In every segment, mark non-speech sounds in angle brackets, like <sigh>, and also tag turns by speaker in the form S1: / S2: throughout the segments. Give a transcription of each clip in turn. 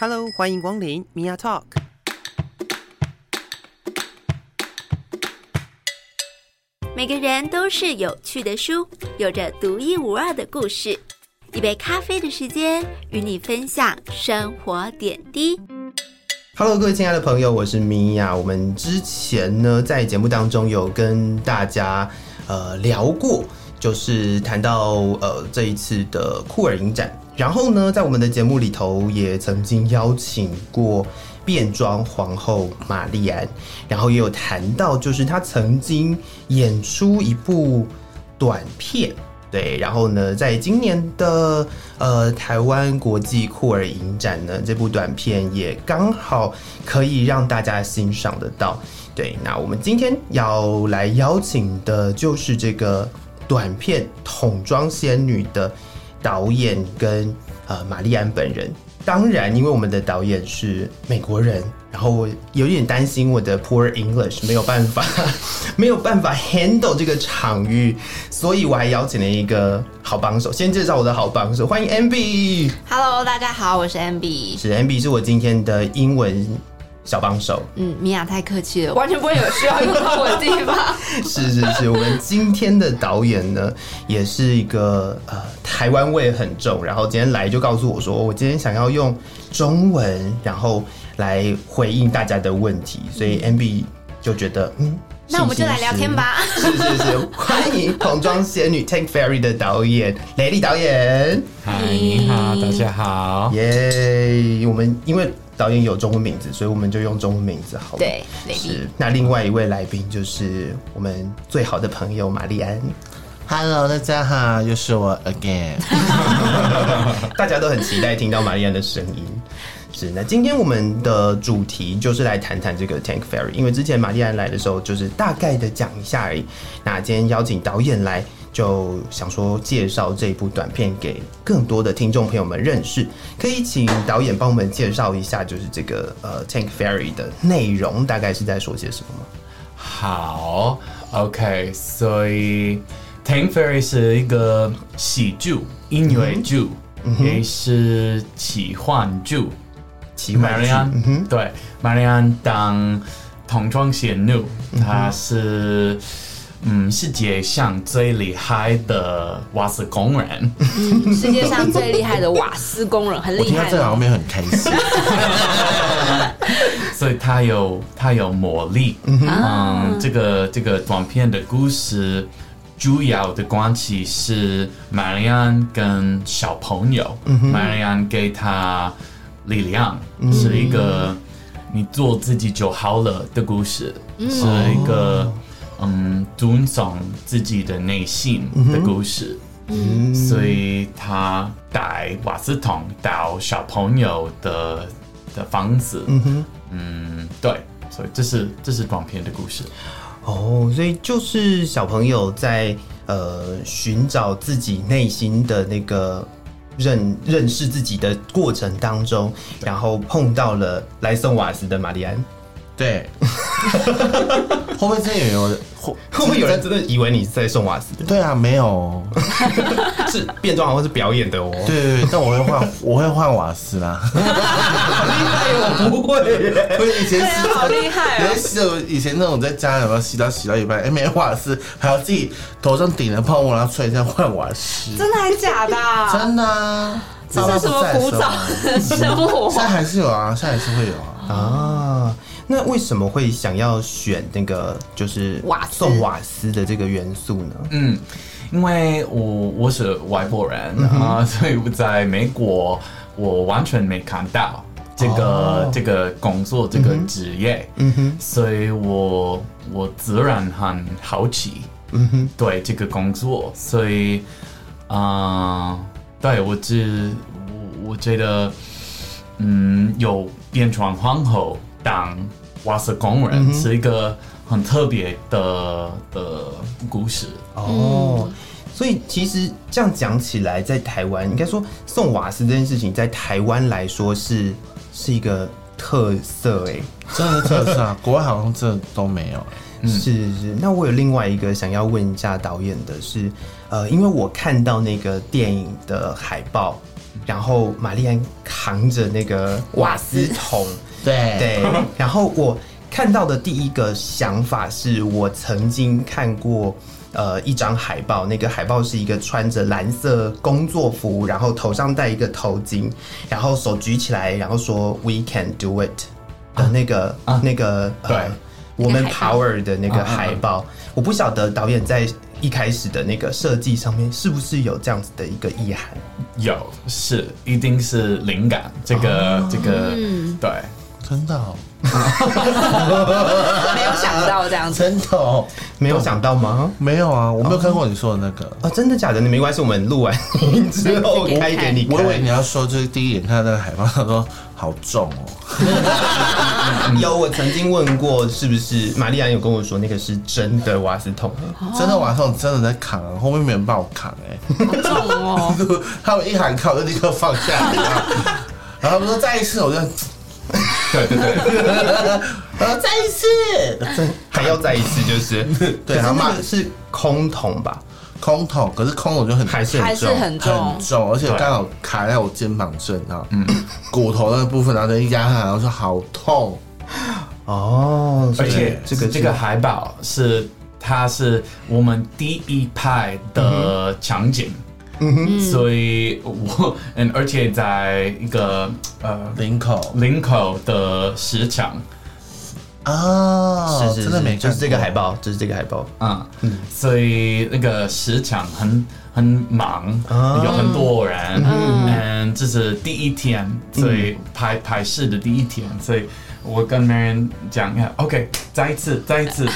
S1: Hello，欢迎光临 Mia Talk。
S2: 每个人都是有趣的书，有着独一无二的故事。一杯咖啡的时间，与你分享生活点滴。
S1: Hello，各位亲爱的朋友，我是米娅。我们之前呢，在节目当中有跟大家呃聊过，就是谈到呃这一次的酷儿影展。然后呢，在我们的节目里头也曾经邀请过变装皇后玛丽安，然后也有谈到，就是她曾经演出一部短片。对，然后呢，在今年的呃台湾国际酷儿影展呢，这部短片也刚好可以让大家欣赏得到。对，那我们今天要来邀请的就是这个短片《桶装仙女》的导演跟呃玛丽安本人。当然，因为我们的导演是美国人，然后我有点担心我的 poor English 没有办法， <laughs> 没有办法 handle 这个场域，所以我还邀请了一个好帮手。先介绍我的好帮手，欢迎 MB。
S3: Hello，大家好，我是 MB。
S1: 是 MB 是我今天的英文小帮手。
S3: 嗯，米娅太客气了，完全不会有需要用到我的地方。
S1: 是是是，我们今天的导演呢，也是一个呃台湾味很重，然后今天来就告诉我说，我今天想要用中文，然后来回应大家的问题，所
S3: 嗯
S1: 以 MB 就觉得嗯。
S3: 那我们就来聊天 <laughs> 吧
S1: 信心是。是是是，欢迎童装仙女 Take Fairy 的导演雷利导演，
S4: 嗨，你好，大家好，
S1: 耶、我们因为导演有中文名字，所以我们就用中文名字好了。
S3: <laughs> 对，雷利，
S1: 是，那另外一位来宾就是我们最好的朋友玛丽安，
S5: Hello，大家好，又是我 again。
S1: <laughs> 大家都很期待听到玛丽安的声音。是，那今天我们的主题就是来谈谈这个 Tank Ferry，因为之前玛丽安来的时候就是大概的讲一下而已。那今天邀请导演来，就想说介绍这部短片给更多的听众朋友们认识。可以请导演帮我们介绍一下，就是这个呃 Tank Ferry 的内容大概是在说些什么吗？
S4: 好，OK，所以 Tank Fairy 是一个喜剧、音乐剧，也是奇幻剧。
S1: 奇幻剧
S4: Marian，、对，Marian 当童装仙女，她是嗯世界上最厉害的瓦斯工人。
S3: 世界上最厉害的瓦斯工人，很
S5: 我
S3: 厉
S5: 听到
S3: 害
S5: 这个好
S3: 吗
S5: 像。没有很开心。
S4: 所以它有它有魔力。嗯，这个这个短片的故事主要的关系是 Marianne 跟小朋友、m a r i a n n e 给他力量，是一个你做自己就好了的故事，是一个嗯尊重自己的内心的故事。所以他带瓦斯桶到小朋友的的房子，嗯，对，所以这是这是短片的故事，
S1: 哦，所以就是小朋友在呃寻找自己内心的那个认认识自己的过程当中，然后碰到了来送瓦斯的玛丽 <laughs> 安，
S5: 对，会不会真的有人？会
S1: 会不会有人真的以为你是在送瓦斯的？ <laughs>
S5: 对啊，没有。
S1: 是变装好像是表演的哦。
S5: 对对对，但我会换，我会换瓦斯啦。
S1: 我不会 <laughs> 耶，
S5: 我以前 <laughs> 是
S3: 好厉害
S5: 有
S3: 哦！
S5: 些洗手，以前那种在家有没有洗到洗到一半，哎、没瓦斯，还要自己头上顶着泡沫，然后吹一下换瓦斯。
S3: 真的还假的啊？
S5: 真的、啊，
S3: 这是什么古早的生
S5: 现 <laughs> 在
S3: 活？
S5: 还是有啊，现在还是会有啊。
S1: 啊。那为什么会想要选那个就是
S3: 瓦斯
S1: 送瓦斯的这个元素呢？
S4: 嗯，因为我我是外国人
S1: 嗯
S4: 啊、所以我在美国我完全没看到这个、
S1: 哦
S4: 这个工作这个职业，嗯
S1: 哼，
S4: 所以我我自然很好奇，
S1: 嗯哼，
S4: 对这个工作，所以，啊、对我只我我觉得，嗯，有变装皇后当瓦斯工
S1: 嗯
S4: 人、是一个很特别的的故事。
S1: 哦，所以其实这样讲起来，在台湾应该说送瓦斯这件事情，在台湾来说是是一个特色哎、
S5: 真的是特色啊，国外好像真的都没有、
S1: 是是。那我有另外一个想要问一下导演的是，呃，因为我看到那个电影的海报，然后玛丽安扛着那个瓦斯桶，
S5: 对
S1: 对，然后我看到的第一个想法是我曾经看过。呃，一张海报，那个海报是一个穿着蓝色工作服，然后头上戴一个头巾，然后手举起来，然后说 “We can do it” 的那个、
S4: 啊
S1: 那个呃
S4: 对，
S1: 我们
S3: 那个海
S1: Power 的那个
S4: 啊啊啊
S1: 海报，我不晓得导演在一开始的那个设计上面是不是有这样子的一个意涵。
S4: 有是一定是灵感，这个、
S1: 哦
S4: 这个对。
S5: 真的哦，
S3: 没有想到这样子。
S5: 真的哦，
S1: 没有想到吗？
S5: 没有啊，我没有看过你说的那个。
S1: 啊、真的假的？那没关系，我们录完之后
S3: 给你
S1: 开给你
S5: 我以为
S1: 看。
S5: 你要说，就是第一眼看到那个海报，他说好重哦，
S1: 有，我曾经问过，是不是玛丽安有跟我说那个是真的瓦斯桶？
S5: 真的晚上我真的在扛、啊，后面没人帮我扛哎、
S3: 重哦，
S5: <laughs> 他们一喊靠我就立刻放下来了，然后他们说再一次，我就
S4: 对对对，
S5: 呃 <laughs> 再一次，
S1: 还要再一次，就是
S5: 对
S1: 可是
S5: 然后
S1: 那
S5: 骂
S1: 个是空桶吧？
S5: 空桶，可是空桶就很
S1: 还是
S3: 还
S1: 很
S3: 是
S1: 重？
S3: 很重
S5: 很，重，而且刚好卡在我肩膀这，你知道，嗯，骨头那部分，然后就一压上来，然后说好痛，
S1: 哦，所
S4: 而
S1: 以
S4: 且
S1: 这
S4: 这
S1: 个
S4: 个
S1: 是
S4: 这个海报是它是我们第一派
S1: 嗯
S4: 的场景，所以我嗯，而且在一个呃
S5: 领口
S4: 林口的市场，
S5: 啊，
S1: 是是是
S5: 真的没看过，
S1: 就是这个海报，就是这个海报。
S4: 嗯，所以那个市场很很忙，
S1: 啊
S4: 有很多人，嗯，这是第一天，所以拍拍摄的第一天，所以我跟 Marian 讲，OK，再一次，再一次，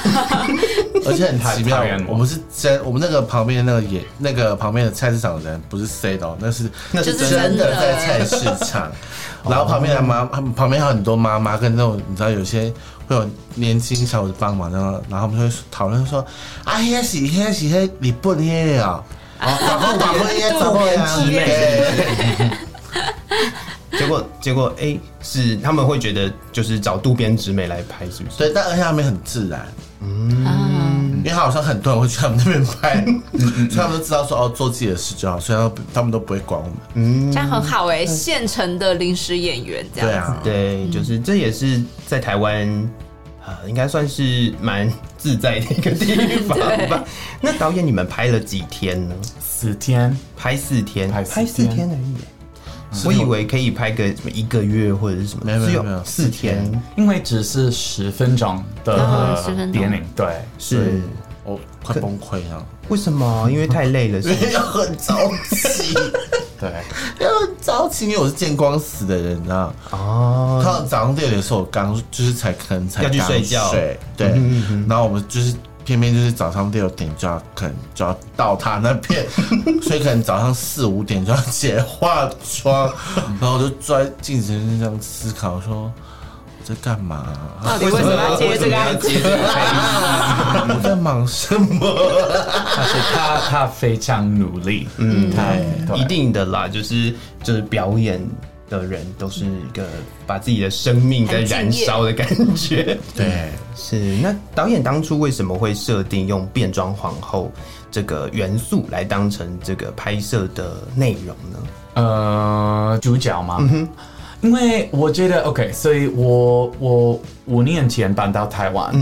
S5: 而且很奇妙
S4: 太太远了，
S5: 我们是真，我们那个旁边那个也那个旁边的菜市场的人不是 C 的哦，那是
S1: 那是
S3: 就是
S5: 真
S3: 真
S5: 的
S3: 的
S5: 在菜市场。然后旁边的妈，旁边还有很多妈妈跟那种你知道有些会有年轻小伙子帮忙，然后然后他们就会讨论说啊，那是那是那日本那个哦，然后打婚烟，打婚烟之类的，
S1: 结果结果哎、是他们会觉得就是找渡边直美来拍，是不是？
S5: 对，但而且他们很自然。嗯，因为好像很多人会去他们那边拍，所以他们都知道说哦，做自己的事就好，所以他们他们都不会管我们。
S3: 这样很好哎，现成的临时演员这
S5: 对
S3: 样子。
S5: 啊，
S1: 对，就是这也是在台湾啊、应该算是蛮自在的一个地方吧
S3: 对。
S1: 那导演，你们拍了几天呢？
S4: 四天，
S1: 拍四天，
S4: 拍四天
S1: 四天而已。我以为可以拍个什么一个月或者是什么，
S5: 没有没有
S1: 只有
S5: 没有
S1: 四
S5: 四
S1: 天，
S4: 因为只是十分钟
S3: 啊
S4: 的
S3: 10分钟
S4: 电影，对，
S1: 是
S5: 我快哦崩溃啊了，
S1: 为什么？因为太累了，是吗
S5: 因为要很着急，
S4: 对，
S5: <laughs>
S4: <laughs>
S5: 要很着急，因为我是见光死的人，你知道。
S1: 哦，
S5: <laughs> 他早上六点的时候，我刚就是才可能才
S1: 要去
S5: 刚
S1: 睡觉
S5: 睡对。然后我们就是偏偏就是早上六点就要可能就要到他那边，所以可能早上四五点就要起来化妆，然后我就坐在镜子前这样思考说。我在干嘛、
S3: 到底为什么要接这个案子？
S1: 接这个案子？
S5: 我在忙什么？
S4: 但是他他非常努力，嗯，他对
S1: 一定的啦，就是就是表演的人都是一个把自己的生命在燃烧的感觉。
S5: 对，
S1: 是，那导演当初为什么会设定用变装皇后这个元素来当成这个拍摄的内容呢？
S4: 呃主角嘛，因为我觉得 OK，所以我我五年前搬到台湾，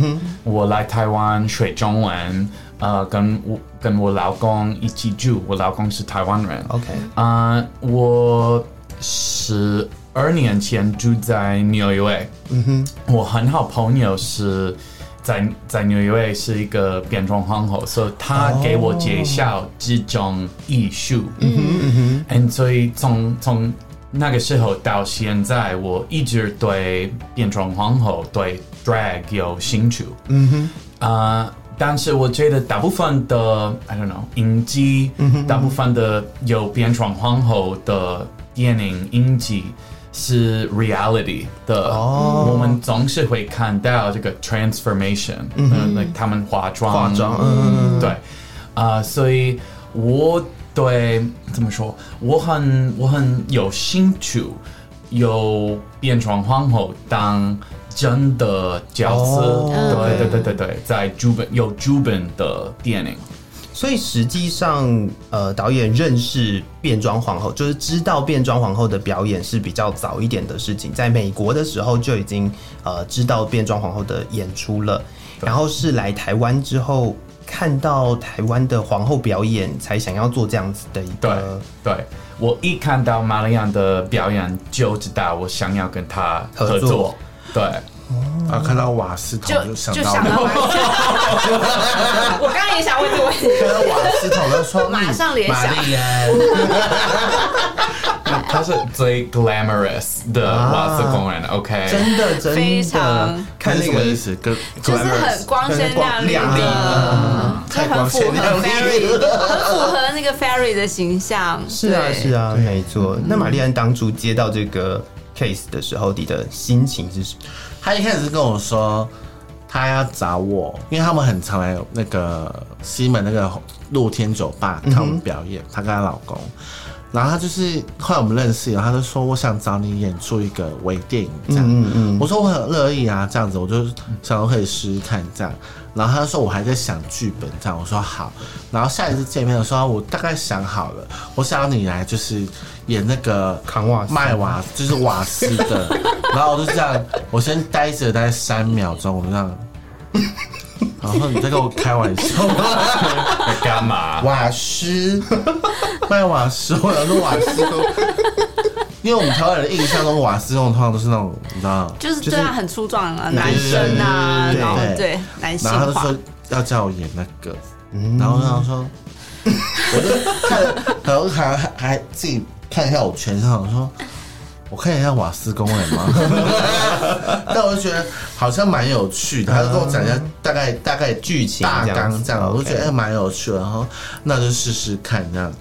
S4: 我来台湾学中文，呃，跟我跟我老公一起住，我老公是台湾人
S1: OK
S4: 啊、我十二年前住在纽约，嗯哼，我很好朋友是在在纽约是一个变装皇后，所以他给我介绍这种艺术，哦嗯哼嗯哼，and 所以从从那个时候到现在，我一直对变装皇后对 drag 有兴趣，嗯哼，啊、但是我觉得大部分的 I don't know 影集，
S1: 嗯
S4: 大部分的有变装皇后的电影影集是 reality 的，
S1: 哦
S4: 我们总是会看到这个 transformation，嗯、like 他们化妆，
S1: 化妆，嗯，
S4: 对，啊、所以我对怎么说，我很我很有兴趣，有变装皇后当真的角色，
S1: 哦嗯
S4: 对对对对对，在剧本有剧本的电影，
S1: 所以实际上，呃，导演认识变装皇后，就是知道变装皇后的表演是比较早一点的事情，在美国的时候就已经呃知道变装皇后的演出了，然后是来台湾之后看到台湾的皇后表演，才想要做这样子的一
S4: 对
S1: 个
S4: 对，我一看到玛丽安的表演就知道我想要跟她
S1: 合
S4: 合
S1: 作
S4: 作。对，
S5: 啊，看到瓦斯桶
S3: 就
S5: 就想
S3: 就
S5: 到
S3: 想
S5: 了
S3: 到马上，
S5: <laughs>
S3: 我刚刚也想问这个问题，
S5: 看到瓦斯桶就说
S3: 马上联想
S5: 玛丽安，
S1: 啊
S4: 她是最 glamorous 的瓦斯工人。OK，
S1: 真的真的
S3: 非常
S1: 看
S5: 嗯看
S1: 那
S5: 什么意
S1: 个
S5: 思？跟
S3: 就是很光鲜亮丽
S1: 很光亮丽
S3: 的
S5: 啊
S1: 嗯，
S3: 就
S5: 太
S3: 很
S5: 光
S3: 符
S5: 鲜
S3: 合
S5: 亮丽
S3: fairy，很符合那个 fairy 的形象。
S1: 是啊
S3: 对嗯
S1: 是啊，没错。那玛丽安当初接到这个 case 的时候，你的心情是什
S3: <laughs>
S1: 么？
S5: 他一开始是跟我说他要找我，因为他们很常来那个西门那个露天酒吧
S1: 嗯
S5: 看我们表演，她跟她老公。然后他就是后来我们认识以后，他就说我想找你演出一个微电影这样，
S1: 嗯嗯
S5: 我说我很乐意啊这样子，我就想说可以试试看这样。然后他就说我还在想剧本这样，我说好。然后下一次见面的时候，我大概想好了，我想要你来就是演那个
S1: 扛瓦斯
S5: 卖哎瓦就是瓦斯的，然后我就这样，我先呆着待三秒钟，我就这样，然后你在跟我开玩笑吗？
S4: 在干嘛？
S5: 瓦斯，卖瓦斯，我想说瓦斯都，因为我们台湾人的印象中瓦斯那种通常都是那种，你知道吗？
S3: 就是
S1: 就是
S3: 对他很粗壮啊，
S1: 男
S3: 男生啊，
S1: 生
S3: 然后
S5: 对
S3: 对男性
S5: 然后他就
S3: 化
S5: 说，要叫我演那个，然后他说，我就看，然后还还还自己看一下我全身，我说。我看一下瓦斯工人吗？ <laughs> 但我就觉得好像蛮有趣的，他就跟我讲一下大概大概
S1: 剧情
S5: 大
S1: 这样
S5: 纲
S1: 子
S5: 这样，我就觉
S1: OK
S5: 得哎蛮有趣的，然后那就试试看这样。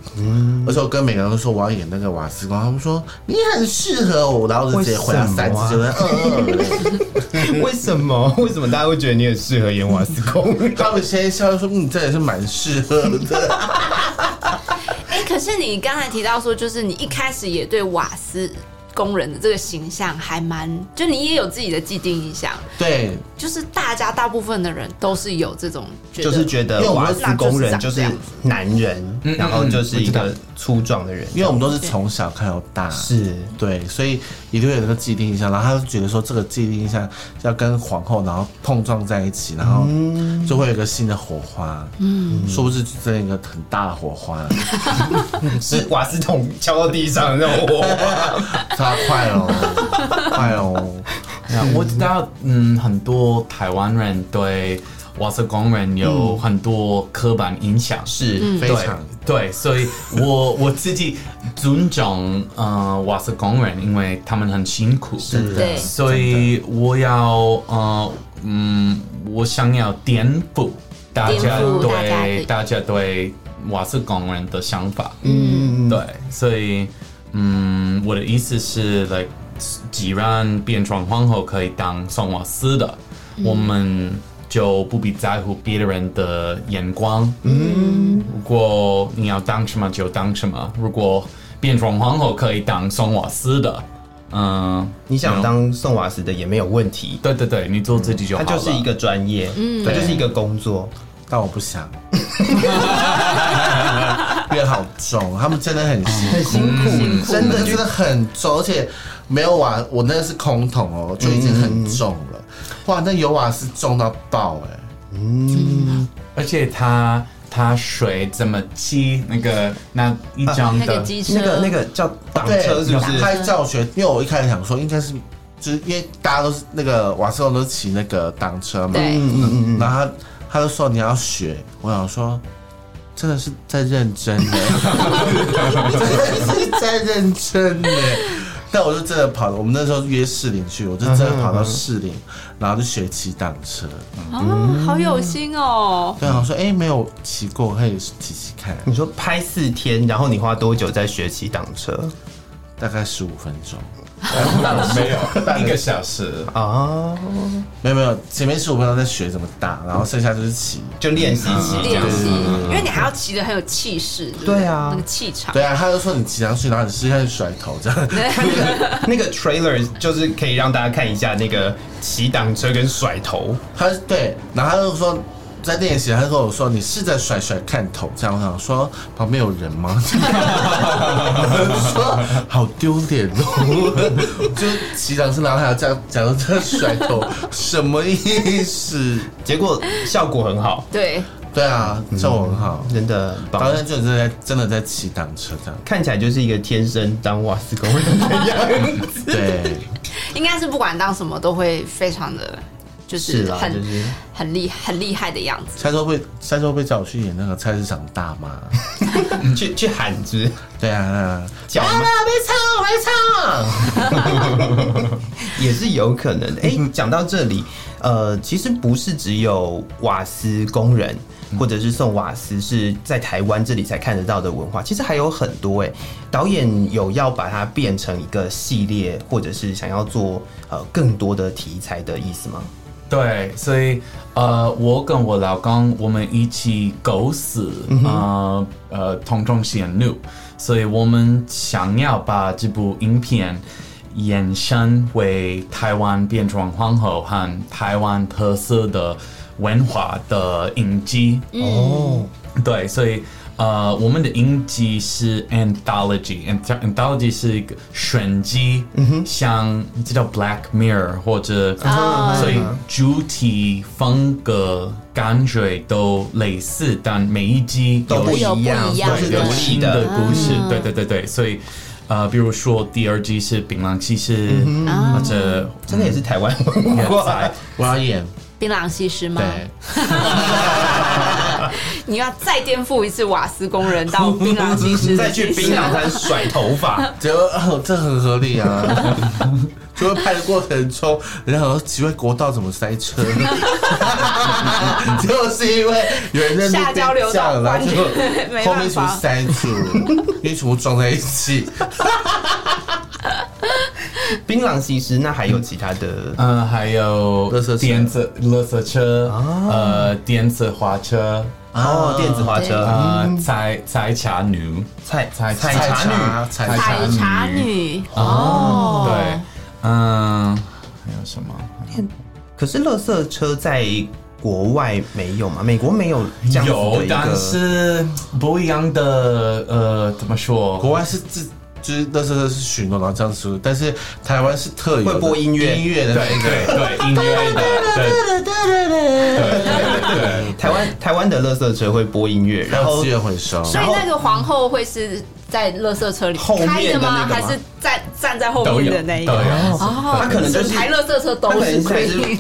S5: 而且我跟每个人都说我要演那个瓦斯工，他们说你很适合我，然后我就直接回答三
S1: 为
S5: 次，
S1: 什
S5: 就
S1: 么
S5: 是嗯嗯。嗯
S1: 为什么？为什么大家会觉得你很适合演瓦斯公？
S5: 他们现在笑说嗯你这也是蛮适合的。
S3: 哎，可是你刚才提到说，就是你一开始也对瓦斯工人的这个形象还蛮，就你也有自己的既定印象，
S5: 对，
S3: 就是大家大部分的人都是有这种觉得，
S1: 就是觉得瓦斯工人就是男人，
S4: 嗯
S1: 然后就是一
S4: 我知
S1: 个粗壮的人，
S5: 因为我们都是从小看到大，
S1: 是
S5: 对，所以一定会有那个既定印象，然后他就觉得说这个既定印象要跟皇后然后碰撞在一起，然后就会有一个新的火花，嗯，殊不知就真的一个很大的火花，
S1: 是瓦斯桶敲到地上的那种
S4: <laughs>
S1: 火。
S5: 他快哦，快哦，
S4: 那我知道，嗯，很多台湾人对瓦斯工人有很多刻板印象，
S1: 是
S5: 非
S4: 对
S5: 常。
S4: 对，所以我 <laughs> 我自己尊重呃瓦斯工人，因为他们很辛苦，
S1: 是的
S3: 对
S4: 所以我要呃嗯，我想要颠覆大家
S3: 颠覆大家
S4: 对
S3: 的
S4: 大家对瓦斯工人的想法，
S1: 嗯，
S4: 对，所以嗯，我的意思是，like，既然变装皇后可以当送瓦斯的，我们就不必在乎别人的眼光。嗯，如果你要当什么就当什么。如果变装皇后可以当送瓦斯的，嗯，
S1: 你想当送瓦斯的也没有问题，
S4: 对对对，你做自己就好
S1: 它
S4: 了。
S1: 就是一个专业，
S3: 嗯
S1: 它就是一个工作。
S5: 但我不想， <laughs> 因为好重，他们真的很辛苦，
S3: 嗯
S1: 辛苦
S5: 嗯真的真的很重，而且没有瓦，我那个是空桶哦，就已经
S1: 嗯
S5: 很重了。哇，那有瓦是重到爆哎、
S4: 而且他他水怎么沏那个那一张
S3: 哦那
S4: 的、
S3: 个机车
S1: 那个那个叫挡车是不是？
S5: 开教学，因为我一开始想说应该是，就是因为大家都是那个瓦斯龙都是骑那个挡车嘛，
S3: 对
S1: 嗯嗯嗯，
S5: 然后他他就说你要学，我想说真的是在认真的， <laughs> 真的是在认真的。但我就真的跑了，我们那时候约士林去，我就
S1: 嗯
S5: 真的跑到士林，然后就学骑挡车。
S3: 哦，好有心哦，
S5: 对，我说哎、没有骑过，可以骑骑看，
S1: 你说拍四天，然后你花多久在学骑挡车
S5: 大概十五分钟。
S4: 没有一个小时。哦
S1: 啊？
S5: 没有没有，前面十五分钟在学怎么打，然后剩下就是骑。
S1: 就练习骑这
S3: 嗯练
S1: 样
S3: 习
S1: 子。，
S3: 因为你还要骑的很有气势，不
S1: 对啊
S3: 那个气场，
S5: 嗯对啊，他就说你骑上去，然后你试一下甩头这样。
S1: 那个 trailer 就是可以让大家看一下那个骑挡车跟甩头，
S5: 他对，然后他就说在练习，他跟我说：“你试着甩甩看头。”这样我想说，旁边有人吗？说好丢脸哦！就是骑两次，然后还要这样讲这甩头，什么意思？
S1: 结果效果很好，
S3: 对，
S5: 对啊，这我很好。
S1: 真的很
S5: 导
S1: 棒。
S5: 演就是在真的在骑挡车这样，
S3: <laughs>
S1: 看起来就是一个天生当瓦斯工人的样 <laughs> 子，
S5: 对，
S3: 应该是不管当什么都会非常的，就是是
S1: 啦，
S3: 很
S1: 就是
S3: 很厉很厉害的样子。
S5: 下周被下周被叫我去演那个菜市场大妈， <laughs>
S1: 去去喊之
S5: 对啊，
S1: 叫吗？ <laughs> 也是有可能的。哎、讲到这里，呃，其实不是只有瓦斯工人或者是送瓦斯是在台湾这里才看得到的文化，其实还有很多哎、导演有要把它变成一个系列，或者是想要做呃更多的题材的意思吗？
S4: 对，所以呃，我跟我老公我们一起构思呃呃同中线路，所以我们想要把这部影片延伸为台湾变装皇后和台湾特色的文化的影集。
S1: 哦，
S4: 对，所以呃，我们的音集是 anthology，anthology 是一个选集，像你知道 Black Mirror 或者，
S1: 哦
S4: 所以
S1: 嗯
S4: 主体风格感觉都类似，但每一集
S1: 都
S4: 有
S1: 不一
S3: 有
S1: 样，嗯
S3: 不一样
S1: 都是
S4: 有
S1: 独立
S4: 新
S1: 的
S4: 的故事，对对对对，所以。呃，比如说第二季是槟榔骑士，
S1: 嗯
S4: 或者
S1: 真的也是台湾
S5: 啊
S1: 文
S4: 也
S1: 化。
S3: <laughs>
S4: 在
S5: 我要演，
S3: 槟榔西施吗？
S5: 对，
S3: <laughs> 你要再颠覆一次瓦斯工人到哦
S1: <laughs>
S3: 槟榔西施，
S1: 再去槟榔摊甩头发，
S3: <laughs>
S5: 结果哦，这很合理啊。 <laughs> 就会拍的过程中，人家想说奇怪国道怎么塞车， <laughs> 结果是因为有人在那
S3: 下交流
S5: 边
S3: 道
S5: 降，然后就
S3: <laughs> 没办法
S5: 后面全部塞住，因为全部撞在一起。
S1: 槟榔西施，那还有其他的
S4: 嗯，还有
S5: 垃圾车啊
S4: 电子垃圾车，呃，电子花车，
S1: 哦，电子花车、
S4: 呃，采采茶女，
S1: 采采
S4: 采
S1: 采茶女，
S5: 女，采茶
S3: 采
S4: 采
S3: 茶
S4: 茶
S3: 女
S4: 对
S3: 哦，，
S4: 嗯，还有什么？
S1: 可是垃圾车在国外没有嘛？美国没有这样子
S4: 有
S1: 的，一
S4: 但
S1: 个。
S4: 是不一样的，呃，怎么说？
S5: 国外是自。就是那时候是巡逻，然后这样说，但是台湾是特有的
S1: 会播音乐
S5: 音乐的
S4: 对
S5: 那个，
S4: 对对，音乐的，对对对对对，
S1: 台湾台湾的垃圾车会播音乐，
S5: 还
S1: 然
S5: 有
S1: 后
S5: 资源回收，
S3: 所以那个皇后会是在垃圾车里
S1: 后面的
S3: 开着
S1: 那个吗
S3: 还是站站在后
S4: 都
S3: 面
S4: 有
S3: 的那一
S4: 都
S3: 个？
S4: 有。
S3: 哦，
S1: 它可能就是
S3: 整台垃圾车都是
S1: 它可能
S3: Queen
S1: 是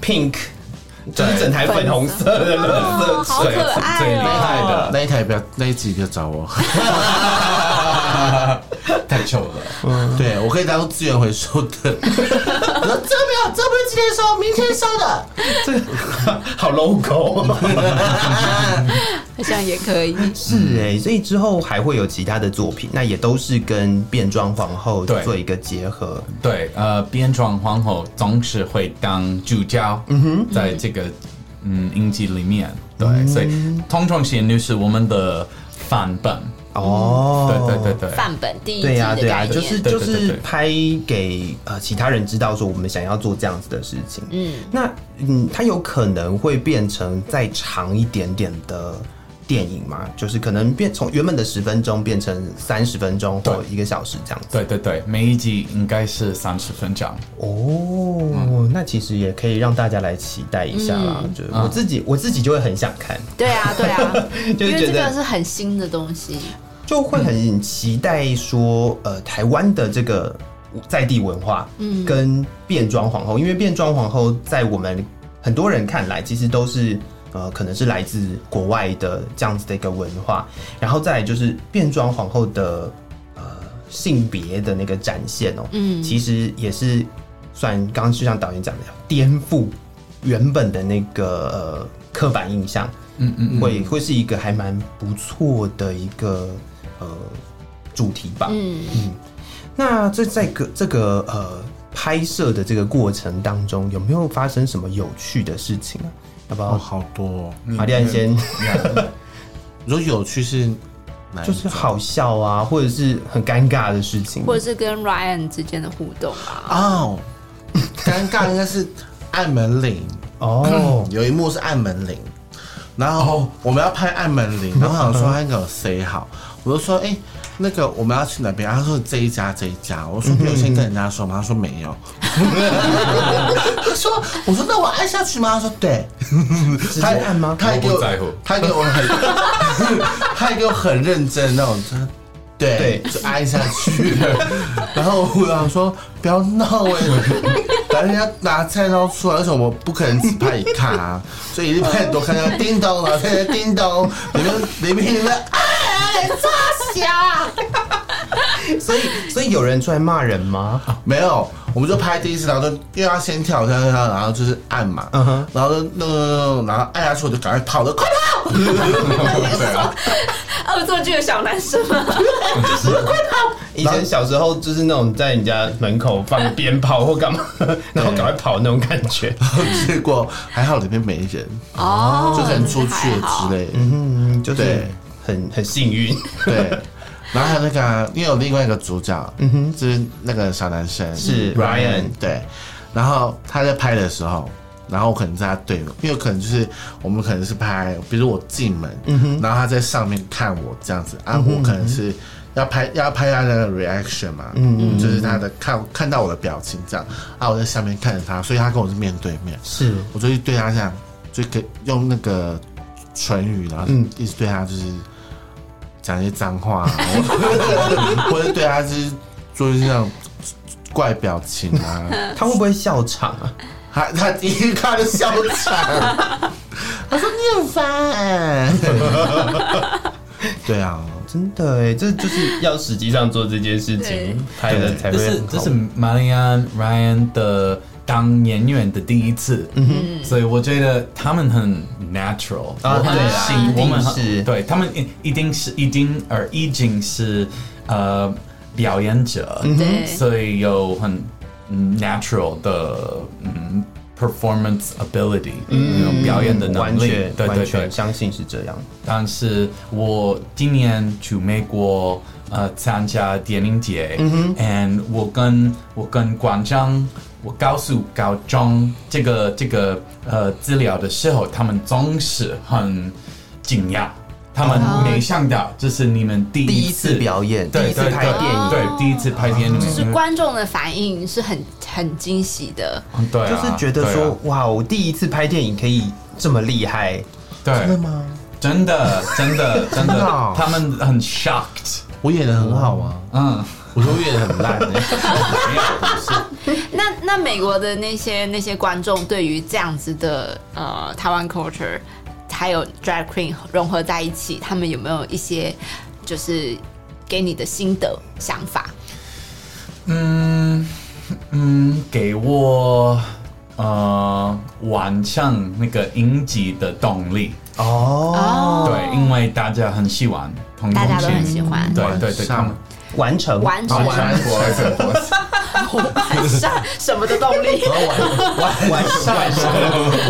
S1: pink 就是整台粉红色的
S3: 哦
S1: 垃圾
S3: 好
S1: 车，
S3: 可
S4: 最厉害
S3: 爱哦！
S4: 的，
S5: 那一台不要，那一集不要找我。
S4: 太丑了。
S5: <laughs> 对，我可以当资源回收的。 <laughs> 我说这没有，这不是今天收，明天收的。
S1: 好 logo。
S3: <laughs> 好像也可以。
S1: <laughs> 是哎、所以之后还会有其他的作品，那也都是跟变装皇后
S4: 对
S1: 做一个结合。
S4: 对，呃，变装皇后总是会当主角，嗯哼，在这个嗯影集里面，对，所以同床仙女是我们的范本，
S1: 哦，
S4: 对对对对，
S3: 范本第一季
S1: 对呀、
S3: 的
S1: 对呀、啊
S3: 概念，
S1: 就是
S4: 对
S1: 就
S4: 对对
S1: 是
S4: 对
S1: 拍给呃其他人知道说我们想要做这样子的事情。嗯，
S3: 嗯，
S1: 那嗯，它有可能会变成再长一点点的电影嘛？就是可能变从原本的十分钟变成三十分钟或一个小时这样子。
S4: 对对对，每一集应该是三十分钟，
S1: 哦，那其实也可以让大家来期待一下啦。
S3: 嗯
S1: 就我自己、我自己就会很想看，
S3: 对啊对啊，
S1: <laughs> 就
S3: 因为
S1: 是觉
S3: 这个
S1: 得啊
S3: 是很新的东西，
S1: 就会很期待说呃台湾的这个。在地文化，嗯，跟变装皇后，因为变装皇后在我们很多人看来，其实都是呃，可能是来自国外的这样子的一个文化，然后再来就是变装皇后的呃性别的那个展现哦、嗯，其实也是算刚刚就像导演讲的，颠覆原本的那个呃刻板印象，
S4: 嗯嗯嗯，
S1: 会会是一个还蛮不错的一个呃主题吧。嗯那这在个这个呃拍摄的这个过程当中，有没有发生什么有趣的事情啊？要不
S5: 哦，
S1: 要
S5: 好多、哦。
S1: 玛丽
S4: 嗯
S1: 安先，
S5: 你说有趣是哪一
S1: <laughs> 就
S5: 种？
S1: 是好笑啊，或者是很尴尬的事情，
S3: 或者是跟 Ryan 之间的互动啊。
S5: 哦，尴尬应该是按门铃。
S1: 哦，
S5: <laughs> 有一幕是按门铃，然后我们要拍按门铃，然后我想说他应该有 say 好，我就说哎、那个我们要去哪边？他说这一家这一家，我说你有先跟人家说吗？他说没有， <laughs> 他说我说那我按下去吗？他说对，
S1: <laughs> 直接按吗
S5: 他还给
S6: 我
S5: 我
S6: 不在乎
S5: 他还给
S6: <laughs>
S5: 我很，他还给我很认真那种，真的对，就按下去 <laughs> 了。然后我想说不要闹哎、 <laughs> 反正人家拿菜刀出来，而且我们不可能只拍一卡、啊，所以一定拍很多看到叮咚，然后在那叮咚，里面里面里面哎，炸虾。
S1: 所以所以有人出来骂人吗？
S5: 没有，我们就拍第一次，然后就因为要先跳跳跳跳，然后就是按嘛，
S1: 嗯哼
S5: 然后就弄弄弄弄，然后按下去我就赶快跑，我就
S1: <laughs>
S5: 快跑，
S6: 对啊，
S3: 恶作剧的小男生吗？
S1: 以前小时候就是那种在人家门口放鞭炮或 <laughs> 干嘛，然后赶快跑那种感觉。
S5: 结果还好里面没人，
S3: 哦
S5: 就可能出去了之类的，
S1: 嗯，就是
S5: 对
S1: 很很幸运。
S5: 对。然后还有那个啊、因为有另外一个主角，嗯哼，就是那个小男生
S1: 是 Ryan
S5: 对。然后他在拍的时候，然后我可能在他对面，因为可能就是我们可能是拍，比如我进门，然后他在上面看我这样子，啊，我可能是要拍要拍他的 reaction 嘛，嗯，就是他的看看到我的表情这样，啊，我在下面看着他，所以他跟我是面对面，
S1: 是，
S5: 我就去对他这样，就给用那个唇语，然后
S1: 嗯
S5: 一直对他就是讲一些脏话、
S1: <laughs>
S5: 啊，或者对他就是做一些那种怪表情啊，
S1: <laughs> 他会不会笑场啊？
S5: 他他第一看就笑场，他说你很烦，
S1: <laughs>
S5: 对啊，
S1: <laughs> 真的哎，这就是要实际上做这件事
S3: 对
S1: 情拍了才
S4: 这
S1: 会
S4: 是
S1: 好。
S4: 这是玛丽安 Ryan 的当演员的第一次，
S1: 嗯
S4: 所以我觉得他们很 natural，
S1: 啊
S4: 我很
S1: 对啊
S4: 幸
S1: 一定
S4: 我们很
S1: 是
S4: 对他们一一定是一定而已经是呃表演者，
S1: 嗯
S3: 对
S4: 所以有很嗯 natural 的嗯 performance ability，嗯，表演的能
S1: 完
S4: 力，
S1: 全
S4: 对
S1: 完
S4: 对
S1: 全
S4: 对，
S1: 相信是这样。
S4: 但是我今年去美国呃参加电影节、a
S1: 嗯
S4: n d 我跟我跟馆长，我告诉高中这个这个呃资料的时候，他们总是很惊讶，他们没想到这是你们第
S1: 第
S4: 一
S1: 一
S4: 次
S1: 次表演，哦第
S4: 对
S1: 一次拍电影，
S4: 对对，第一次拍电影，
S3: 就是观众的反应是很很惊喜的，
S4: 嗯对啊、
S1: 就是觉得说，哇，我第一次拍电影可以这么厉害，
S4: 对啊、
S5: 真的
S4: 对，
S5: 吗？
S4: 真的真的
S1: <laughs>
S4: 真
S5: 真的哦
S1: 啊
S4: 的，他们很 shocked，
S5: 我演的很好啊，
S4: 嗯，
S5: 我说我演的很
S1: <laughs>
S5: 烂、欸，
S4: 没有不是。
S3: 那那美国的那些那些观众对于这样子的呃台湾 culture 还有 drag queen 融合在一起，他们有没有一些就是给你的心得想法？
S4: 嗯嗯，给我呃完成那个应急的动力。
S1: 哦，
S4: 对，因为大家很喜欢同
S3: 大家
S4: 同
S3: 都很喜
S4: 性，
S3: 欢
S4: 对对对，他们
S1: 完成，
S3: 完成
S5: 完成
S3: 晚上 <laughs> 什么的动力？
S1: 完完上晚上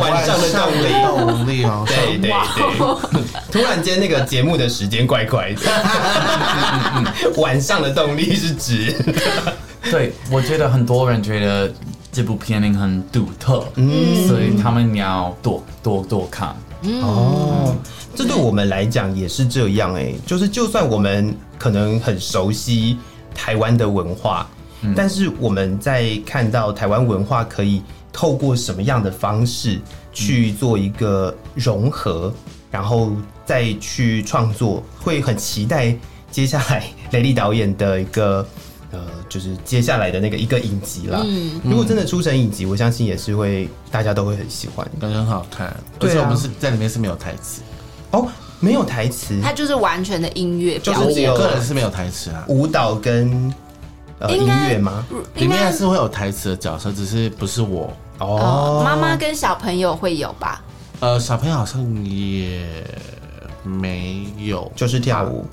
S1: 晚上的动力。
S5: 动力哦，
S1: 对对对，突然间那个节目的时间怪怪的，
S3: <laughs>
S1: 晚上的 <laughs> 动力是指
S4: 对，我觉得很多人觉得这部片很独特，
S3: 嗯
S4: 所以他们要多多多看。
S1: 哦，这对我们来讲也是这样哎、就是就算我们可能很熟悉台湾的文化，但是我们在看到台湾文化可以透过什么样的方式去做一个融合，然后再去创作，会很期待接下来雷利导演的一个。呃，就是接下来的那个一个影集啦。如果真的出成影集，我相信也是会大家都会很喜欢
S5: 感觉很好看，而
S1: 对啊
S5: 且我们是在里面是没有台词，
S1: 哦。没有台词，
S3: 它就是完全的音乐表
S1: 就是只
S3: 演
S1: 有，
S5: 我个人是没有台词啊，
S1: 舞蹈跟呃音
S3: 应该
S1: 乐吗？
S5: 里
S3: 应
S5: 面
S3: 该
S5: 还是会有台词的角色，只是不是我，
S3: 呃
S1: 哦，
S3: 妈妈跟小朋友会有吧？
S5: 呃，小朋友好像也没有，
S1: 就是跳舞。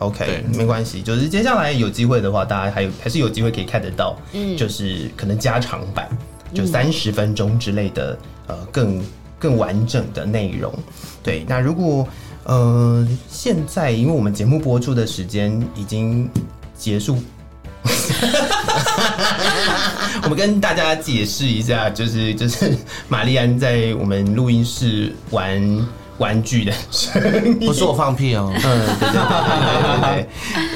S1: OK，
S5: 对
S1: 没关系，就是接下来有机会的话，大家还有还是有机会可以看得到，嗯，就是可能加长版，就三十分钟之类的，呃，更更完整的内容。对，那如果呃现在因为我们节目播出的时间已经结束 <laughs> 我们跟大家解释一下，就是就是玛丽安在我们录音室玩玩具的声音。
S5: 不是我放屁哦，
S1: 嗯，对对 <laughs> 对对对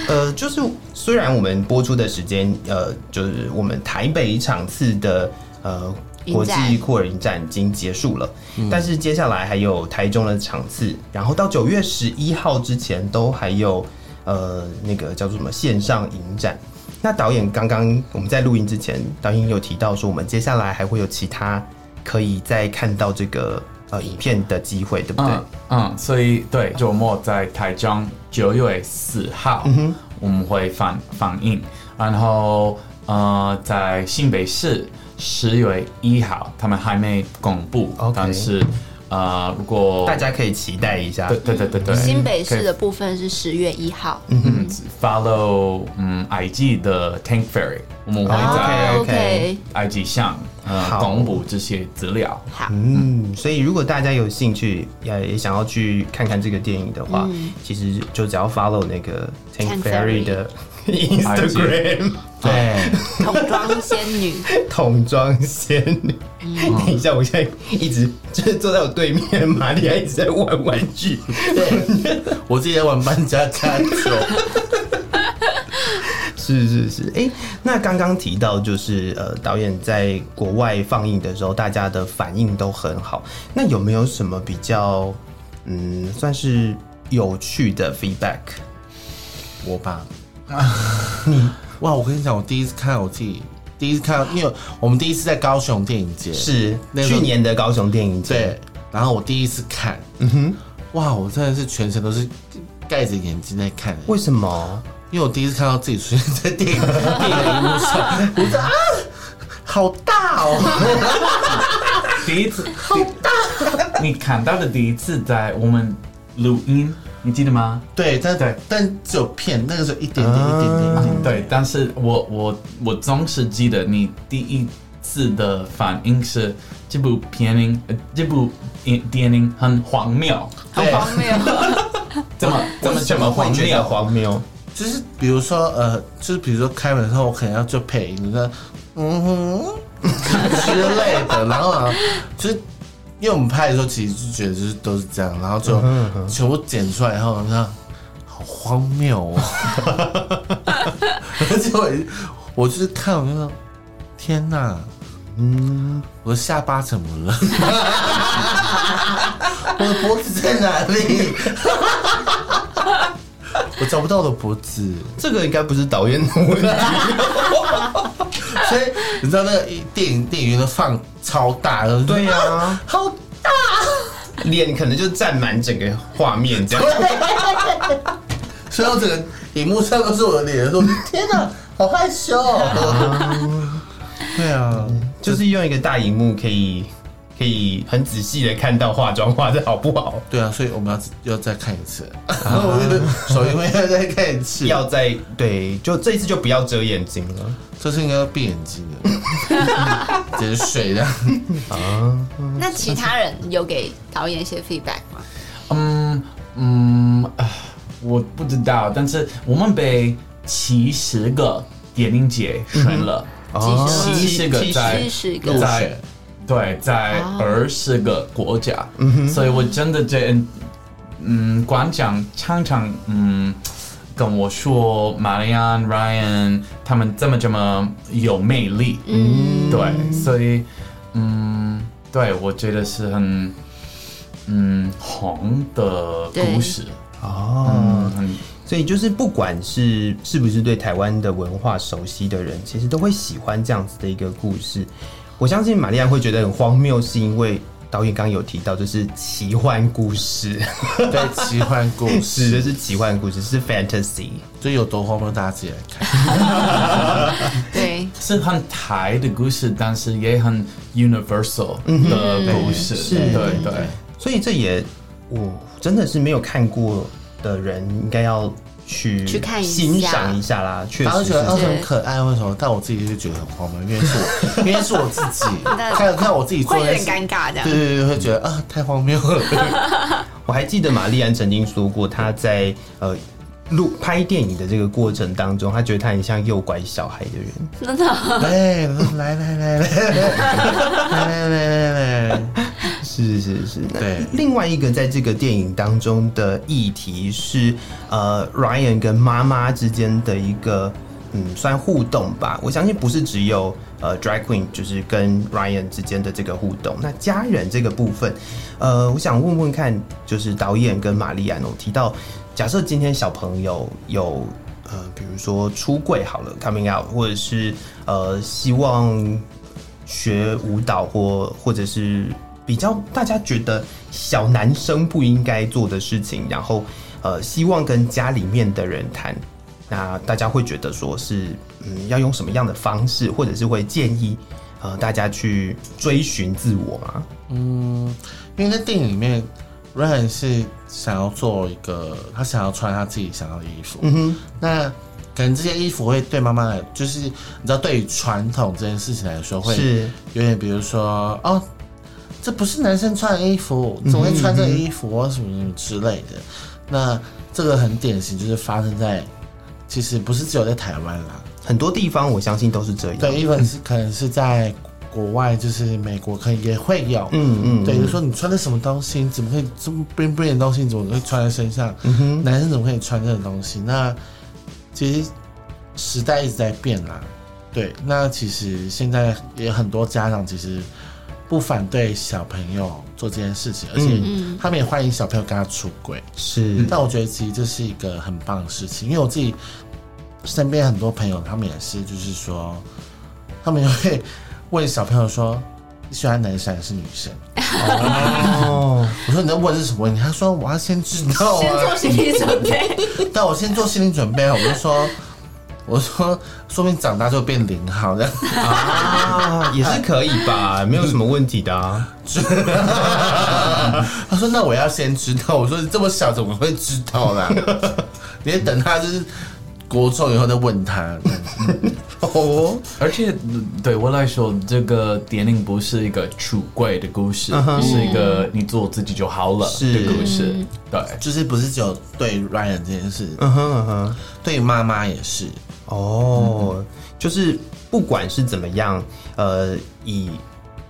S1: 对，呃，就是虽然我们播出的时间，呃，就是我们台北场次的呃
S3: 迎
S1: 国际
S3: 战嗯
S1: 酷儿影展已经结束了，但是接下来还有台中的场次，然后到九月十一号之前都还有呃那个叫做什么线上影展。那导演刚刚我们在录音之前，导演有提到说，我们接下来还会有其他可以再看到这个呃影片的机会，对不对？
S4: 嗯嗯，所以对周末在台中九月四号，
S1: 嗯
S4: 我们会放放映，然后呃在新北市十月一号，他们还没公布
S1: OK
S4: 但是呃如果
S1: 大家可以期待一下。
S4: 对对对对对
S3: 新北市
S4: 哎可以
S3: 的部分是十月一号，
S4: 嗯 follow 嗯 IG 的 Tank Ferry，我们会
S3: 哦
S4: 在
S1: OK，OK
S3: OK，
S4: IG 上呃
S1: 哦好
S4: 公布这些资料。
S3: 好，
S1: 嗯，所以如果大家有兴趣，也也想要去看看这个电影的话，其实就只要 follow 那个 Tank
S3: Tank
S1: Ferry
S3: Ferry
S1: 的 <laughs> Instagram
S5: <laughs> 对，
S3: 童装仙女，
S1: 桶装仙女。等一下，我现在一直 <laughs> 就是坐在我对面的玛利亚一直在玩玩具。
S5: 我自己在玩搬家家酒，
S1: 是是是，哎、那刚刚提到就是呃，导演在国外放映的时候，大家的反应都很好。那有没有什么比较嗯，算是有趣的 feedback？
S5: 我吧，你哇，我跟你讲，我第一次看我自己，第一次看，因为我们第一次在高雄电影节，
S1: 是
S5: 那个
S1: 去年的高雄电影节，
S5: 对，然后我第一次看，嗯哼，哇，我真的是全程都是盖着眼睛在看，
S1: 为什么？
S5: 因为我第一次看到自己出现在电影 <laughs> 电影荧幕上，我说啊，好大哦，
S4: 第一次，好大！你看到的第一次在我们录音，你记得吗？
S5: 对，但
S4: 对
S5: 但只有片，那个时候一点点一点点一点点，
S4: 对，但是我我我总是记得你第一次的反应是这部片影，呃这部电影很荒谬，
S3: 好荒谬，
S4: 怎么怎么
S1: 怎
S4: 怎么荒
S1: 觉得
S4: 谬？
S1: 荒谬？
S5: 就是比如说呃，就是比如说开门的时候，我可能要做配音，你说嗯哼之类的，然后啊，就是因为我们拍的时候，其实就觉得就是都是这样，然后就全部剪出来以后，那好荒谬哦，而且我我就是看我就说天哪，嗯，我的下巴怎么了？我的脖子在哪里？我找不到我的脖子。
S1: 这个应该不是导演的问题，
S5: <laughs> 所以你知道那个电影电影院都放超大的，
S1: 对啊呀
S5: 啊好
S1: 脸可能就占满整个画面这样。
S5: 所以我整个荧幕上都是我的脸，说天哪，好害羞、
S1: 啊
S5: 对啊，
S1: <laughs> 就是用一个大荧幕可以可以很仔细的看到化妆化的好不 <laughs> 好？
S5: 对啊，所以我们要要再看一次，
S1: 啊
S5: <laughs> 我手因为要再看一次，
S1: 要在对，就这一次就不要遮眼睛了。
S5: 这次应该要闭眼睛的，
S1: <laughs>
S5: 只是水的。
S3: 那其他人有给导演一些 feedback 吗？
S4: 嗯嗯，啊我不知道，但是我们被七十个电影节选了，
S1: 哦
S4: 嗯七十个在
S3: 七十
S5: 入
S3: 个，
S4: 在
S5: 选
S4: 对，在二十个国家，所以我真的这嗯，馆长常常嗯跟我说，Marianne Ryan 他们这么这么有魅力，
S3: 嗯，
S4: 对，所以嗯，对我觉得是很嗯红的故事，
S1: 哦，
S4: 嗯，很
S1: 所以就是不管是是不是对台湾的文化熟悉的人，其实都会喜欢这样子的一个故事。我相信玛丽亚会觉得很荒谬，是因为导演刚刚有提到，就是奇幻故事，
S5: 对，奇幻故
S1: 指的 <laughs>
S5: 事，
S1: 是奇幻故事，是 fantasy。
S5: 所以有多荒谬，大家自己来看。
S3: 对，
S4: 是很台的故事，但是也很 universal 的故事，
S1: 是
S4: 对对。
S1: 所以这也我真的是没有看过的人，应该要去
S3: 去看一下
S1: 欣赏一下啦。确
S5: 大家
S1: 实是
S5: 都觉得哦
S1: 这样，
S5: 很可爱，为什么？但我自己就觉得很荒谬，因为是我，因为是我自
S3: <laughs>
S5: 己，看看我自己做
S3: 会有
S5: 的
S3: 点
S5: 事，
S3: 尴尬这样
S5: 对。对对，会觉得啊太荒谬了。
S1: 我还记得玛丽安曾经说过，她在呃录拍电影的这个过程当中，她觉得她很像诱拐小孩的人。
S3: 真的，
S5: 对，来来来来来来来来来，
S1: 是是是，那
S5: 对
S1: 另外一个在这个电影当中的议题是，呃，Ryan 跟妈妈之间的一个嗯，算互动吧。我相信不是只有呃 Drag Queen 就是跟 Ryan 之间的这个互动。那家人这个部分，呃，我想问问看，就是导演跟玛丽安哦提到，假设今天小朋友有呃，比如说出柜好了，coming out，或者是呃，希望学舞蹈或或者是比较大家觉得小男生不应该做的事情，然后呃，希望跟家里面的人谈。那大家会觉得说是，嗯，要用什么样的方式，或者是会建议，呃，大家去追寻自我吗？
S5: 因为在电影里面，Ryan 是想要做一个，他想要穿他自己想要的衣服。嗯哼，那可能这些衣服会对妈妈来，就是你知道，对于传统这件事情来说，会
S1: 是
S5: 有点，比如说哦，这不是男生穿的衣服，怎么会穿这个衣服啊或什么什么之类的。那这个很典型，就是发生在其实不是只有在台湾啦，
S1: 很多地方我相信都是这样。
S5: 对，even 是可能是在国外，就是美国可能也会有，
S1: 嗯嗯
S5: 对，就说你穿的什么东西，你怎么会这么 bling bling 的东西，你怎么会穿在身上？
S1: 嗯
S5: 男生怎么可以穿这种东西？那其实时代一直在变啦，对，那其实现在也很多家长其实不反对小朋友做这件事情，而且他们也欢迎小朋友跟他出轨。
S1: 嗯是，
S5: 但我觉得其实这是一个很棒的事情，因为我自己身边很多朋友，他们也是，就是说，他们也会问小朋友说。 <laughs> 你喜欢男生还是女生？
S1: 哦， <laughs>
S5: 我说你在问是什么问题？他说我要先知道、啊，
S3: 先做心理准备。
S5: 但我先做心理准备，我就说，我说，说明长大就变零号这样。
S1: 啊，也是可以吧，没有什么问题的、
S5: <laughs>
S1: 啊。
S5: 他说那我要先知道，我说你这么小怎么会知道啦？ <laughs> 你得等他就是国中以后再问他。嗯
S3: <laughs>
S1: 哦，
S4: 而且对我来说，这个电影不是一个出柜的故事
S1: 嗯哼
S4: 是一个你做自己就好了的
S1: 是
S4: 故事。对，
S5: 就是不是只有对 Ryan 这件事，
S1: 嗯哼嗯哼，
S5: 对妈妈也是。
S1: 哦，就是不管是怎么样，呃，以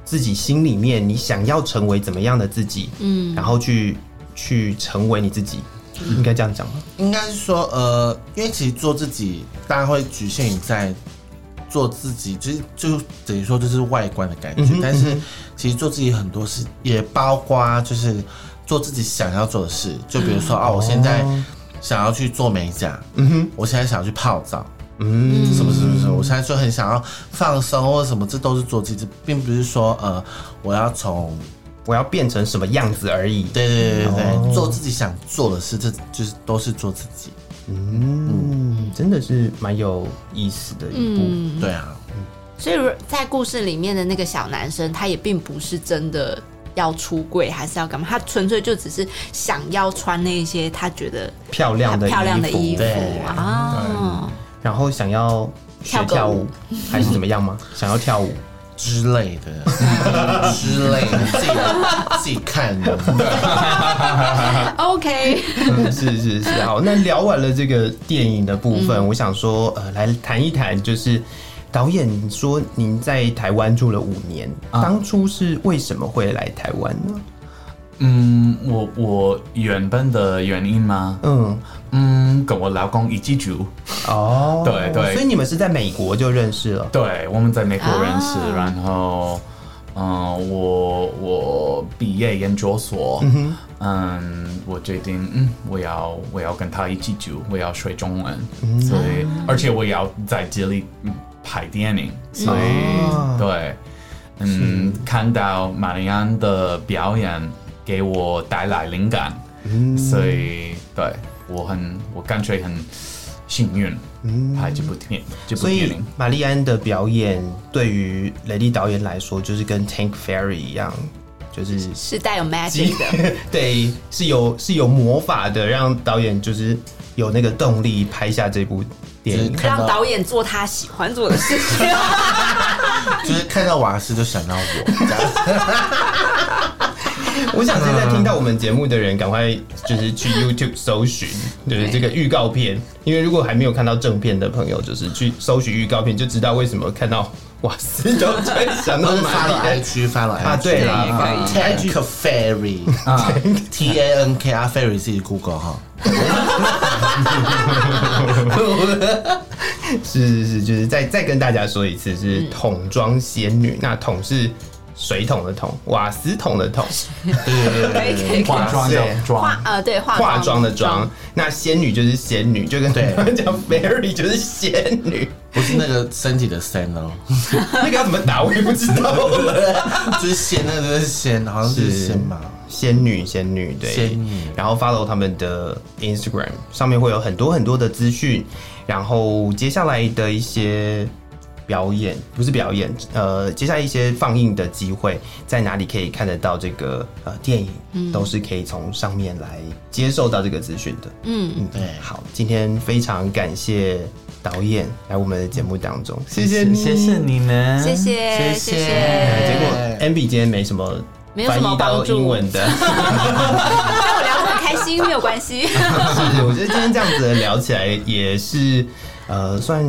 S1: 自己心里面你想要成为怎么样的自己，嗯，然后去去成为你自己，应该这样讲吗？
S5: 应该是说，呃，因为其实做自己，大家会局限于在做自己，就是就等于说就是外观的感觉。但是其实做自己很多事，也包括就是做自己想要做的事。就比如说，啊，我现在想要去做美甲，嗯哼，我现在想要去泡澡，
S1: 嗯，
S5: 什么什么什么，我现在就很想要放松或者什么，这都是做自己，并不是说呃，我要从
S1: 我要变成什么样子而已。
S5: 对对对对对、
S1: 哦
S5: 做自己想做的事，这就是都是做自己。
S1: 嗯，真的是蛮有意思的一部。
S3: 嗯，
S5: 对啊，
S3: 所以在故事里面的那个小男生，他也并不是真的要出柜，还是要干嘛？他纯粹就只是想要穿那些他觉得
S1: 漂亮
S3: 很
S1: 的
S3: 漂亮的衣服
S5: 对
S3: 啊。
S1: 然后想要学
S3: 跳个
S1: 跳
S3: 舞
S1: 舞还是怎么样
S3: <laughs>
S1: 吗？想要跳舞，
S5: 之类
S1: <laughs>
S5: 的之类的，自己自己看的。
S3: OK， <laughs>
S1: <laughs> 是是是，好，那聊完了这个电影的部分，我想说，呃，来谈一谈，就是导演说您在台湾住了五年，当初是为什么会来台湾呢？
S4: 嗯，我我原本的原因吗？
S1: 嗯，
S4: 嗯，跟我老公一起住，
S1: 哦，
S4: 对对
S1: 所以你们是在美国就认识了，
S4: 对，我们在美国认识，
S3: 啊
S4: 然后，嗯、我我毕业研究所，嗯我决定，嗯，我要我要跟他一起住，我要学中文，
S1: 嗯
S4: 所以，而且我要在这里嗯拍电影，所以，
S1: 啊
S4: 对，嗯，看到玛丽安的表演给我带来灵感，
S1: 嗯
S4: 所以，对我很，我感觉很幸运。拍这部电这部
S1: 嗯所
S4: 电
S1: 以 <laughs>
S4: 影，
S1: 玛丽安的表演对于雷利导演来说，就是跟 Tank Ferry 一样，就是
S3: 是带有 magic 的，
S1: <laughs> 对，是有是有魔法的，让导演就是有那个动力拍下这部电
S5: 就是
S1: 影。
S5: 看
S3: 让
S5: 到
S3: 导演做他喜欢做的事情。 <laughs>
S1: <laughs>
S5: 就是看到瓦斯就想到我，这样
S1: 我想现在听到我们节目的人，赶快就是 <laughs> 去 YouTube 搜寻，就是这个预告片，因为如果还没有看到正片的朋友，就是去搜寻预告片，就知道为什么看到瓦斯都在想
S5: 或
S1: 到
S5: 是发
S1: 马
S5: 了
S1: <laughs> 里
S5: IG，发了 IG
S1: 啊，对啊啦，
S4: 也可以
S1: 啊
S5: Tank Ferry，T A N K R Ferry 自己 Google 哈。
S1: 是是是，就是再再跟大家说一次，是桶装仙女，那桶是水桶的桶，瓦斯桶的桶，
S3: 可以可以可以
S4: 化妆
S1: 对
S4: 要妆
S3: 化，呃对化
S1: 化妆的妆，那仙女就是仙女，就跟
S5: 对
S1: 他们讲 fairy 就是仙 <laughs> 女，
S5: 不是那个身体的身
S1: <laughs>
S5: 哦，
S1: 那个要怎么打我也不知道。
S5: 就是仙，那个就是仙，好像就是
S1: 是
S5: 仙嘛。
S1: 仙女，仙女，对，
S5: 仙女
S1: 然后 follow 他们的 Instagram，上面会有很多很多的资讯，然后接下来的一些表演，不是表演，呃，接下来一些放映的机会，在哪里可以看得到这个呃电影，都是可以从上面来接受到这个资讯的。
S3: 嗯
S1: 嗯，
S5: 对
S1: 好，今天非常感谢导演来我们的节目当中，谢谢你。
S4: 谢谢你们，
S3: 谢谢
S5: 谢
S3: 谢
S5: 谢
S1: 哎结
S3: 谢
S1: 果，Amby 今天没什么
S3: 没有
S1: 翻
S3: 什么
S1: 译到
S3: 帮助
S1: 英文的。
S3: 但我聊得很开心，没有关系。
S1: 是，我觉得今天这样子聊起来也是，呃，算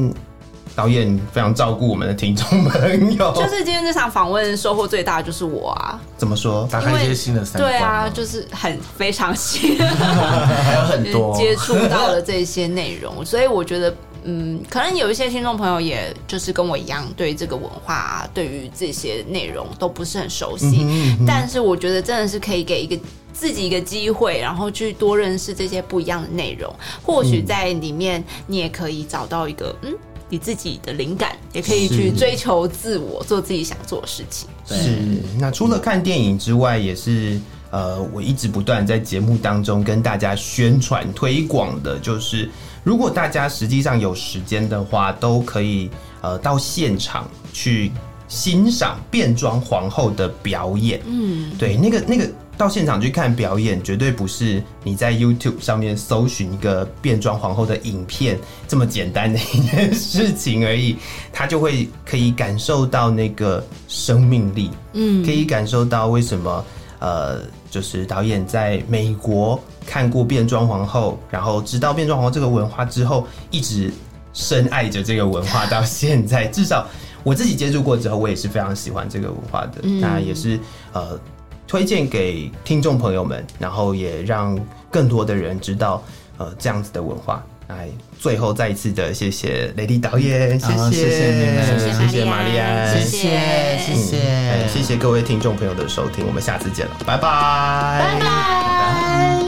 S1: 导演非常照顾我们的听众朋友。
S3: 就是今天这场访问收获最大的就是我啊，
S1: 怎么说？
S5: 打开一些新的三观嘛。
S3: 对啊，就是很非常新，
S5: <laughs> 还有很
S3: <laughs>
S5: 多。
S3: 接触到了这些内容， <laughs> 所以我觉得。嗯，可能有一些听众朋友，也就是跟我一样，对这个文化、啊，对于这些内容都不是很熟
S5: 嗯
S3: 悉。但是我觉得真的是可以给一个自己一个机会，然后去多认识这些不一样的内容。或
S5: 嗯
S3: 许在里面，你也可以找到一个嗯你自己的灵感，也可以去
S1: 是
S3: 追求自我，做自己想做的事情。
S1: 是，那除了看电影之外，也是呃，我一直不断在节目当中跟大家宣传推广的，就是如果大家实际上有时间的话，都可以呃到现场去欣赏变装皇后的表演。嗯，对，那个那个。到现场去看表演，绝对不是你在 YouTube 上面搜寻一个变装皇后的影片这么简单的一件事情而已。他就会可以感受到那个生命力，嗯，可以感受到为什么呃，就是导演在美国看过变装皇后，然后知道变装皇后这个文化之后，一直深爱着这个文化到现在。至少我自己接触过之后，我也是非常喜欢这个文化的。那也是呃，推荐给听众朋友们，然后也让更多的人知道呃这样子的文化。哎，最后再一次的谢谢雷迪导演，谢
S4: 好谢谢你们
S1: 谢
S4: 谢
S1: 谢玛丽安，
S3: 谢谢
S5: 谢嗯谢
S1: 嗯哎谢谢各位听众朋友的收听，我们下次见了，拜拜，拜拜。
S3: 拜。